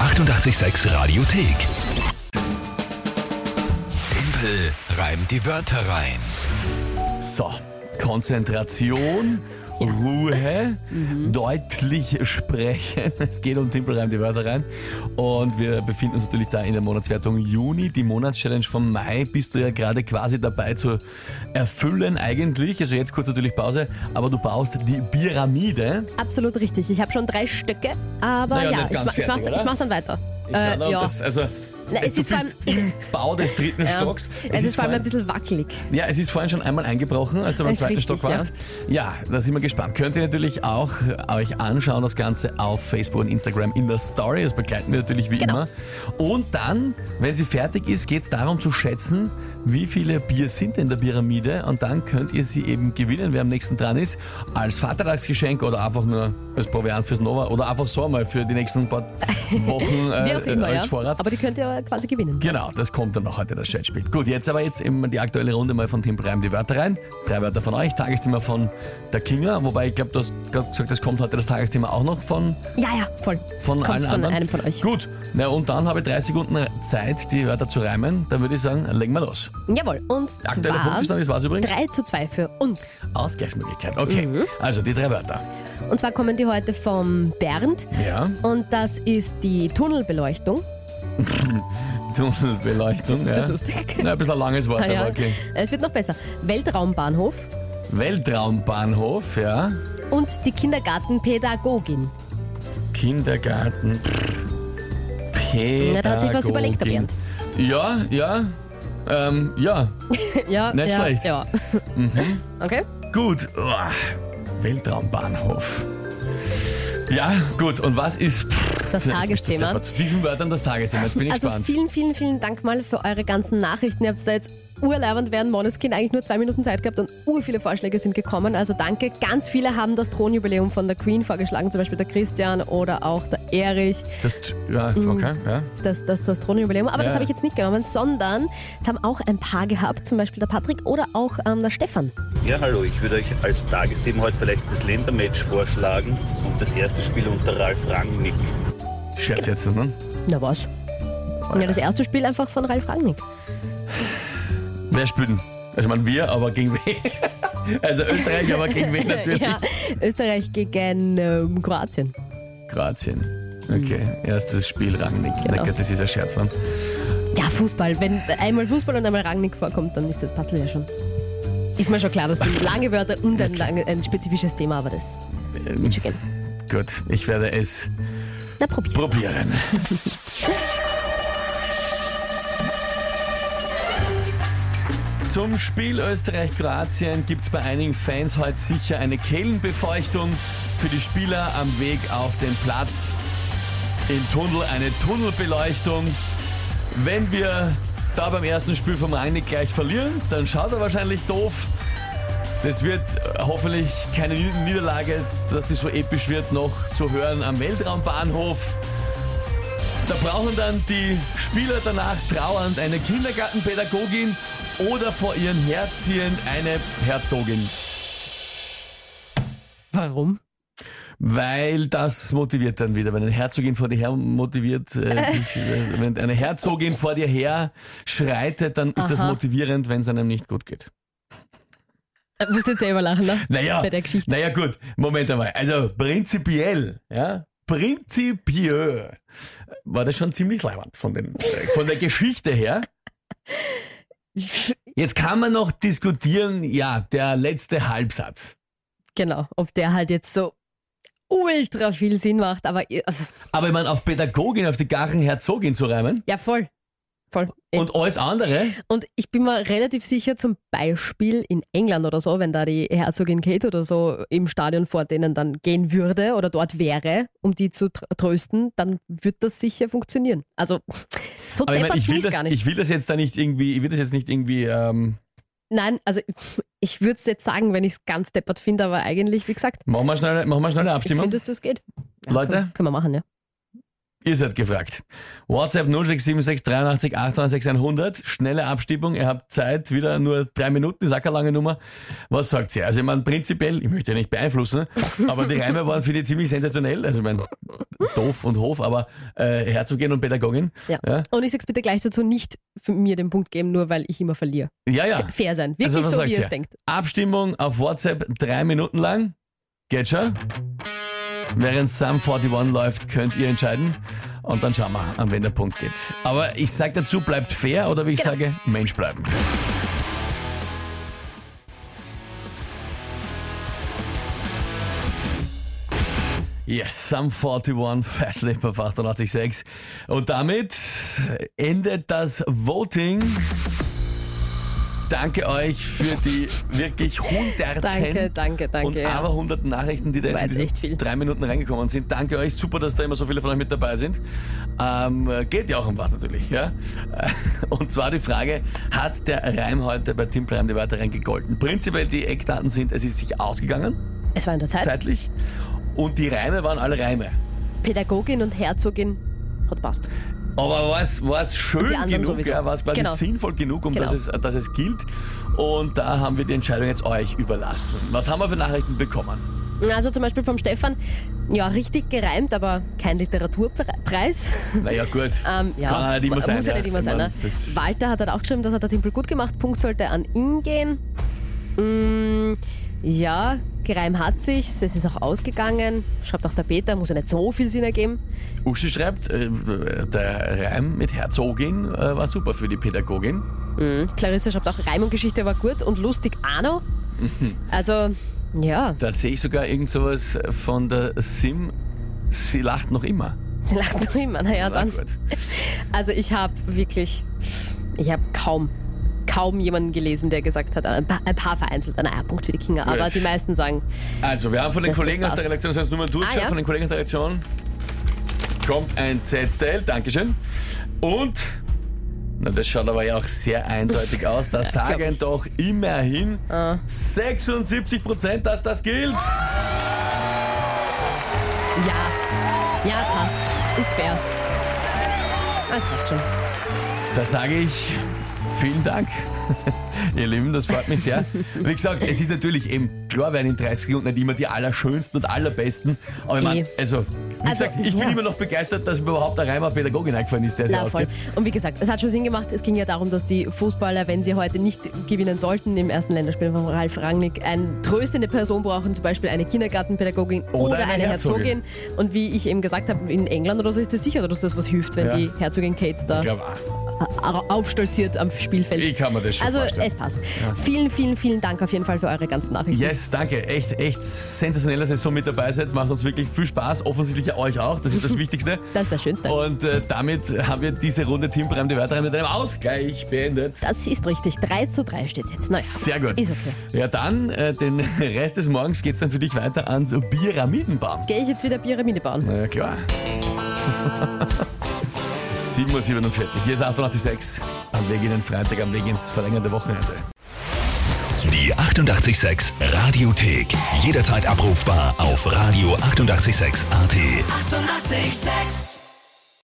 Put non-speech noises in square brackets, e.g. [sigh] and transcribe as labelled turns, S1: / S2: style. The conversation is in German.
S1: 886 Radiothek. Tempel reimt die Wörter rein.
S2: So, Konzentration, Ruhe,
S3: Mhm.
S2: deutlich sprechen. [laughs] Es geht um Timpelreim, die Wörter rein. Und wir befinden uns natürlich da in der Monatswertung Juni. Die Monatschallenge vom Mai bist du ja gerade quasi dabei zu erfüllen eigentlich. Also jetzt kurz natürlich Pause, aber du baust die
S3: Äh,
S2: Pyramide.
S3: Absolut richtig. Ich habe schon drei Stücke, aber
S2: Naja,
S3: ja,
S2: nicht
S3: ich,
S2: ganz
S3: ma- ich
S2: fertig,
S3: mache
S2: oder?
S3: mach dann weiter. Äh,
S2: Ich schau da, ob
S3: ja.
S2: das, also,
S3: es
S2: du
S3: ist vor
S2: bist im Bau des dritten
S3: [laughs] ja.
S2: Stocks.
S3: Es ist vor allem
S2: vor
S3: ein bisschen wackelig.
S2: Ja, es ist vorhin schon einmal eingebrochen, als du beim
S3: Ist
S2: zweiten
S3: richtig,
S2: Stock warst. Ja. da sind wir gespannt. Könnt ihr natürlich auch euch anschauen, das Ganze auf Facebook und Instagram in der Story. Das begleiten wir natürlich wie
S3: Genau.
S2: immer. Und dann, wenn sie fertig ist, geht es darum zu schätzen, wie viele Bier sind in der Pyramide und dann könnt ihr sie eben gewinnen, wer am nächsten dran ist, als Vatertagsgeschenk oder einfach nur als Proviant fürs Nova oder einfach so mal für die nächsten paar Wochen äh,
S3: [laughs] Wie auch immer,
S2: als
S3: ja.
S2: Vorrat.
S3: Aber die könnt ihr quasi gewinnen.
S2: Genau, das kommt dann noch heute, das Chatspiel. Gut, jetzt aber jetzt eben die aktuelle Runde mal von Tim Breim die Wörter rein. Drei Wörter von euch, Tagesthema von der Kinga, wobei ich glaube, du hast gerade gesagt, das kommt heute das Tagesthema auch noch von,
S3: Ja, ja, voll.
S2: von
S3: Kommt
S2: allen
S3: von
S2: anderen.
S3: einem von euch.
S2: Gut, na und dann habe ich drei Sekunden Zeit, die Wörter zu reimen. Dann würde ich sagen, legen wir los.
S3: Jawohl. Und
S2: Der aktuelle Punktestand
S3: zwar
S2: ist was übrigens?
S3: 3 zu 2 für uns.
S2: Ausgleichsmöglichkeit. Okay,
S3: Mhm.
S2: also die drei Wörter.
S3: Und zwar kommen die heute vom Bernd.
S2: Ja,
S3: Und das ist die Tunnelbeleuchtung.
S2: [laughs] Tunnelbeleuchtung.
S3: Ist das
S2: ja.
S3: lustig?
S2: Na, ein bisschen ein langes Wort,
S3: Ah, ja.
S2: aber okay.
S3: Es wird noch besser. Weltraumbahnhof
S2: Weltraumbahnhof, ja.
S3: und die Kindergartenpädagogin. [laughs]
S2: Kindergarten. Pädagogin.
S3: Na, da hat sich was überlegt, der Bernd.
S2: Ja, ja. Ähm, ja.
S3: Ja,
S2: Nicht
S3: ja,
S2: schlecht. Mhm.
S3: Ja. [laughs] Okay.
S2: Gut. Uah. Weltraumbahnhof. Ja, gut. Und was ist
S3: Das Tagesthema.
S2: Zu diesen Wörtern das Tagesthema. Jetzt bin ich
S3: Also
S2: gespannt.
S3: vielen, vielen, vielen Dank mal für eure ganzen Nachrichten. Ihr habt da jetzt urleibend während Moneskin eigentlich nur zwei Minuten Zeit gehabt und ur viele Vorschläge sind gekommen. Also danke. Ganz viele haben das Thronjubiläum von der Queen vorgeschlagen, zum Beispiel der Christian oder auch der Erich.
S2: Das, ja,
S3: Mhm.
S2: okay, ja.
S3: das, das, das Thronjubiläum. Aber
S2: Ja.
S3: das habe ich jetzt nicht genommen, sondern es haben auch ein paar gehabt, zum Beispiel der Patrick oder auch ähm, der Stefan.
S4: Ja, hallo, ich würde euch als Tagesthema heute vielleicht das Ländermatch vorschlagen und das erste Spiel unter Ralf Rangnick.
S2: Scherz jetzt, ne?
S3: Na was? Ja, das erste Spiel einfach von Ralf Rangnick.
S2: Wer spielt denn? Also, ich meine, wir, aber gegen wen? [laughs] Also, Österreich, aber gegen wen natürlich?
S3: [laughs] Ja, Österreich gegen ähm, Kroatien.
S2: Kroatien. Okay, erstes Spiel Rangnick. Na
S3: Genau.
S2: gut, Das ist ein Scherz, ne?
S3: Ja, Fußball. Wenn einmal Fußball und einmal Rangnick vorkommt, dann ist das passt ja schon. Ist mir schon klar, das sind lange Wörter und ein, lang, ein spezifisches Thema, aber das
S2: Ähm,
S3: wird schon gehen.
S2: gut, ich werde es
S3: Na, probier's.
S2: probieren. Zum Spiel Österreich-Kroatien gibt es bei einigen Fans heute sicher eine Kehlenbefeuchtung für die Spieler am Weg auf den Platz. Im Tunnel eine Tunnelbeleuchtung. Wenn wir da beim ersten Spiel vom Rangnick gleich verlieren, dann schaut er wahrscheinlich doof. Das wird äh, hoffentlich keine Nieder- Niederlage, dass die so episch wird, noch zu hören am Weltraumbahnhof. Da brauchen dann die Spieler danach trauernd eine Kindergartenpädagogin oder vor ihren Herziehend eine Herzogin.
S3: Warum?
S2: Weil das motiviert dann wieder. Wenn eine Herzogin vor dir her motiviert, äh,
S3: [laughs]
S2: dich, äh, wenn eine Herzogin vor dir her schreitet, dann ist das
S3: Aha.
S2: motivierend, wenn es einem nicht gut geht.
S3: Du Äh, musst jetzt selber lachen, ne?
S2: Naja,
S3: Bei der Geschichte.
S2: naja gut, Moment einmal. Also prinzipiell, ja, prinzipiell war das schon ziemlich leibend von, den, äh, von der Geschichte her. Jetzt kann man noch diskutieren, ja, der letzte Halbsatz.
S3: Genau, ob der halt jetzt so ultra viel Sinn macht, aber i- also,
S2: Aber ich meine, auf Pädagogin, auf die Gachen Herzogin zu reimen
S3: ja voll. Voll.
S2: und alles andere,
S3: Und ich bin mir relativ sicher, zum Beispiel in England oder so, wenn da die Herzogin Kate oder so im Stadion vor denen dann gehen würde oder dort wäre, um die zu tr trösten, dann wird das sicher funktionieren. Also so
S2: aber ich,
S3: deppert
S2: meine, ich, will
S3: ist
S2: das,
S3: gar nicht.
S2: ich will das jetzt da nicht irgendwie, ich will das jetzt nicht irgendwie, ähm,
S3: Nein, also ich würde es jetzt sagen, wenn ich es ganz deppert finde, aber eigentlich, wie gesagt,
S2: machen wir schnell, machen wir schnell eine
S3: ich
S2: Abstimmung.
S3: finde, dass das geht.
S2: Leute?
S3: Können, können wir machen, ja.
S2: Ihr seid gefragt. WhatsApp 0676 83 98 100. Schnelle Abstimmung. Ihr habt Zeit. Wieder nur drei Minuten. Ist auch keine lange Nummer. Was sagt ihr? Also, ich meine, prinzipiell, ich möchte ja nicht beeinflussen, aber die Reime waren für die ziemlich sensationell. Also, ich meine, doof und hof, aber äh, Herzogin und Pädagogin.
S3: Ja.
S2: Ja.
S3: Und ich sag's bitte gleich dazu, nicht für mir den Punkt geben, nur weil ich immer verliere.
S2: Ja, ja.
S3: Fair sein. Wirklich
S2: Also, was
S3: so,
S2: sagt
S3: wie ihr
S2: ihr?
S3: es denkt.
S2: Abstimmung auf WhatsApp drei Minuten lang. Geht schon? Während Sam 41 läuft, könnt ihr entscheiden. Und dann schauen wir, an wen der Punkt geht. Aber ich sage dazu, bleibt fair oder wie ich sage, Mensch bleiben. Yes, Sam 41, [laughs] Fat Lip auf 88.6. Und damit endet das Voting. Danke euch für die wirklich hunderten
S3: Danke, danke, danke.
S2: und
S3: ja.
S2: aber hunderten Nachrichten, die da
S3: War
S2: jetzt in
S3: jetzt echt
S2: diesen
S3: viel.
S2: drei Minuten reingekommen sind. Danke euch, super, dass da immer so viele von euch mit dabei sind. Ähm, geht ja auch um was natürlich, ja. [laughs] Äh, Und zwar die Frage, hat der Reim heute bei Tim Reim die Wörter gegolten? Prinzipiell die Eckdaten sind, es ist sich ausgegangen,
S3: es war in der Zeit.
S2: zeitlich. Und die Reime waren alle Reime.
S3: Pädagogin und Herzogin hat passt.
S2: Aber war es, war es schön
S3: die anderen
S2: genug,
S3: sowieso.
S2: ja, war es quasi
S3: Genau.
S2: sinnvoll genug, um
S3: Genau.
S2: dass, es, dass es gilt. Und da haben wir die Entscheidung jetzt euch überlassen. Was haben wir für Nachrichten bekommen?
S3: Also zum Beispiel vom Stefan, ja, richtig gereimt, aber kein Literaturpreis. [laughs]
S2: Naja gut,
S3: Ähm, ja,
S2: kann nicht immer sein.
S3: Muss ja nicht immer
S2: Ich
S3: sein.
S2: mein,
S3: ne?
S2: das-
S3: Walter hat halt auch geschrieben, das hat der Timpel gut gemacht. Punkt sollte an ihn gehen. Mm, ja, gereim hat sich's, es ist auch ausgegangen. Schreibt auch der Peter, muss ja nicht so viel Sinn ergeben.
S2: Uschi schreibt, äh, der Reim mit Herzogin äh, war super für die Pädagogin.
S3: Mhm. Clarissa schreibt auch, Reim und Geschichte war gut und lustig Arno.
S2: Mhm.
S3: Also, ja,
S2: Da sehe ich sogar irgend sowas von der Sim. Sie lacht noch immer.
S3: sie lacht noch immer. Naja,
S2: Na
S3: dann.
S2: gut.
S3: Also ich habe wirklich, ich habe kaum, kaum jemanden gelesen, der gesagt hat, ein paar, ein paar vereinzelt, naja, Punkt für die Kinder, aber
S2: Gut.
S3: die meisten sagen,
S2: Also, wir haben von den
S3: Dass [laughs] das
S2: Kollegen aus der
S3: passt.
S2: Redaktion, das heißt nur mal durchgeschaut,
S3: Ah, ja.
S2: von den Kollegen aus der Redaktion kommt ein Zettel, Dankeschön. Und, na, das schaut aber ja auch sehr eindeutig aus,
S3: [laughs]
S2: da
S3: glaub
S2: sagen
S3: ich. Ah.
S2: doch immerhin 76 Prozent, dass das gilt.
S3: ja, ja, passt, ist fair. Das passt schon.
S2: Da sage ich vielen Dank. [laughs] Ihr Lieben, das freut mich sehr. Wie gesagt, es ist natürlich eben klar, werden in 30 Minuten nicht immer die allerschönsten und allerbesten. Aber ich meine,
S3: Eh.
S2: also, wie gesagt, ich bin immer noch begeistert, dass mir überhaupt der Reimer Pädagogin eingefallen ist, der so
S3: Na, voll.
S2: ausgeht.
S3: Und wie gesagt, es hat schon Sinn gemacht. Es ging ja darum, dass die Fußballer, wenn sie heute nicht gewinnen sollten, im ersten Länderspiel von Ralf Rangnick, eine tröstende Person brauchen, zum Beispiel eine Kindergartenpädagogin oder, eine, Herzogin. Und wie ich eben gesagt habe, in England oder so ist das sicher, dass das was hilft, wenn
S2: Ja.
S3: die Herzogin Kate da
S2: Ich glaube auch.
S3: au- aufstolziert am Spielfeld.
S2: Ich kann mir das schon
S3: also
S2: vorstellen.
S3: es passt. Vielen, vielen, vielen Dank auf jeden Fall für eure ganzen Nachrichten.
S2: Yes, danke. Echt, echt sensationell, dass ihr so mit dabei seid. Macht uns wirklich viel Spaß. Offensichtlich ja euch auch. Das ist
S3: [laughs]
S2: das Wichtigste.
S3: Das ist das Schönste.
S2: Und äh, damit haben wir diese Runde Team Breim die Wörter mit einem Ausgleich beendet.
S3: Das ist richtig. 3 zu 3 steht jetzt. Naja,
S2: Sehr gut.
S3: Ist okay.
S2: Ja, dann äh, den [laughs] Rest des Morgens geht's dann für dich weiter ans Pyramidenbaum.
S3: Gehe ich jetzt wieder Pyramide bauen.
S2: Na ja, klar. [laughs] 7.47 Uhr, hier ist 88.6. Am Weg in den Freitag, am Weg ins verlängerte Wochenende.
S1: Die 886 Radiothek. Jederzeit abrufbar auf radio886.at. 886!
S5: 886